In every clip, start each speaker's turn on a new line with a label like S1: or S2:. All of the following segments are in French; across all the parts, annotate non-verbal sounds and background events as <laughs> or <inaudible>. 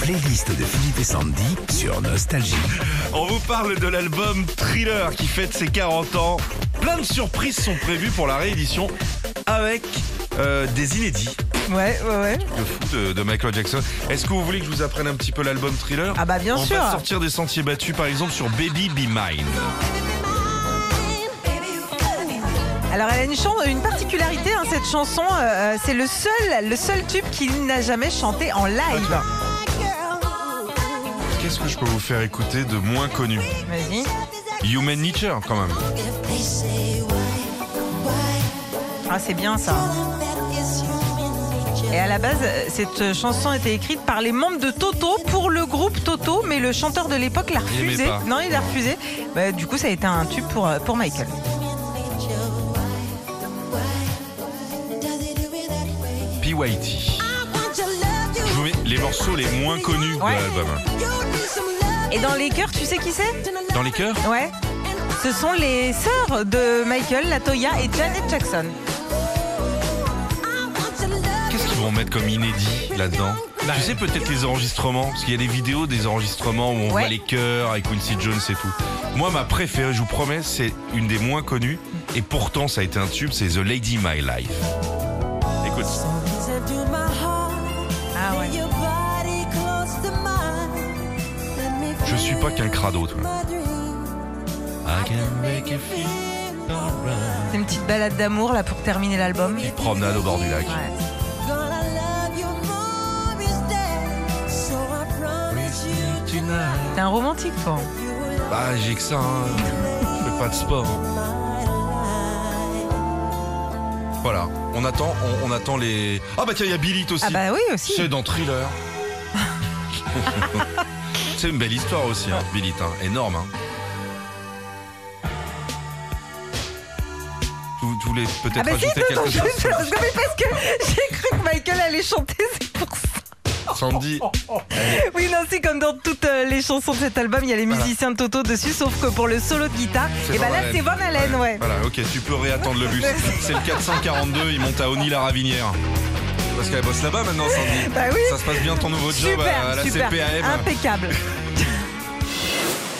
S1: playlist de Philippe et Sandy sur Nostalgie.
S2: On vous parle de l'album Thriller qui fête ses 40 ans. Plein de surprises sont prévues pour la réédition avec euh, des inédits
S3: Ouais, ouais, ouais.
S2: de fou de, de Michael Jackson. Est-ce que vous voulez que je vous apprenne un petit peu l'album Thriller
S3: Ah bah, bien
S2: On
S3: sûr.
S2: va sortir des sentiers battus par exemple sur Baby Be Mine.
S3: Alors elle a une, chan- une particularité, hein, cette chanson, euh, c'est le seul, le seul tube qu'il n'a jamais chanté en
S2: Ah,
S3: live.
S2: Qu'est-ce que je peux vous faire écouter de moins connu
S3: Vas-y.
S2: Human Nature quand même.
S3: Ah c'est bien ça. Et à la base, euh, cette chanson était écrite par les membres de Toto pour le groupe Toto, mais le chanteur de l'époque l'a
S2: Il aimait
S3: refusé.
S2: pas.
S3: Non, il l'a refusé. Bah, du coup, ça a été un tube pour, euh, pour Michael.
S2: PYT. Je vous mets les morceaux les moins connus
S3: Ouais.
S2: de l'album.
S3: Et dans les chœurs, tu sais qui c'est
S2: Dans les chœurs
S3: Ouais. Ce sont les sœurs de Michael, Latoya et Janet Jackson.
S2: Qu'est-ce qu'ils vont mettre comme inédit là-dedans Tu sais peut-être les enregistrements, parce qu'il y a des vidéos des enregistrements où on
S3: Ouais.
S2: voit les chœurs avec Quincy Jones et tout. Moi, ma préférée, je vous promets, c'est une des moins connues, et pourtant ça a été un tube, c'est The Lady My Life. Écoute,
S3: Ah ouais.
S2: je suis pas qu'un crado, toi.
S3: C'est une petite balade d'amour là pour terminer l'album.
S2: Une promenade au bord du lac.
S3: Ouais. T'es un romantique toi. hein.
S2: Bah, j'ai que ça, hein. je fais pas de sport. hein. Voilà, on attend, on, on attend les. Ah bah tiens, il y a Billy aussi.
S3: Ah bah oui aussi.
S2: C'est dans Thriller. <laughs> C'est une belle histoire aussi, hein, Billy, hein. énorme. hein. Vous, vous voulez peut-être
S3: Ah bah si,
S2: rajouter
S3: non,
S2: quelque
S3: non, je-
S2: chose
S3: je- non, mais parce que <laughs> j'ai cru que Michael allait chanter, c'est pour ça.
S2: Sandy,
S3: Oui, non, c'est comme dans toutes euh, les chansons de cet album, il y a les musiciens de Toto dessus, sauf que pour le solo de guitare,
S2: C'est
S3: et bah
S2: Van
S3: là
S2: Halen.
S3: c'est Van Halen, ouais.
S2: voilà, ok, tu peux réattendre le bus.
S3: <laughs>
S2: C'est le 442, il monte à Oni-la-Ravinière. Parce qu'elle bosse là-bas maintenant, Sandy.
S3: Bah oui.
S2: Ça se passe bien ton nouveau job euh,
S3: Super,
S2: à la
S3: super,
S2: CPAM.
S3: impeccable.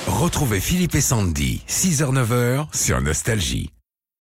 S1: Retrouvez Philippe et Sandy, 6h-9h sur Nostalgie.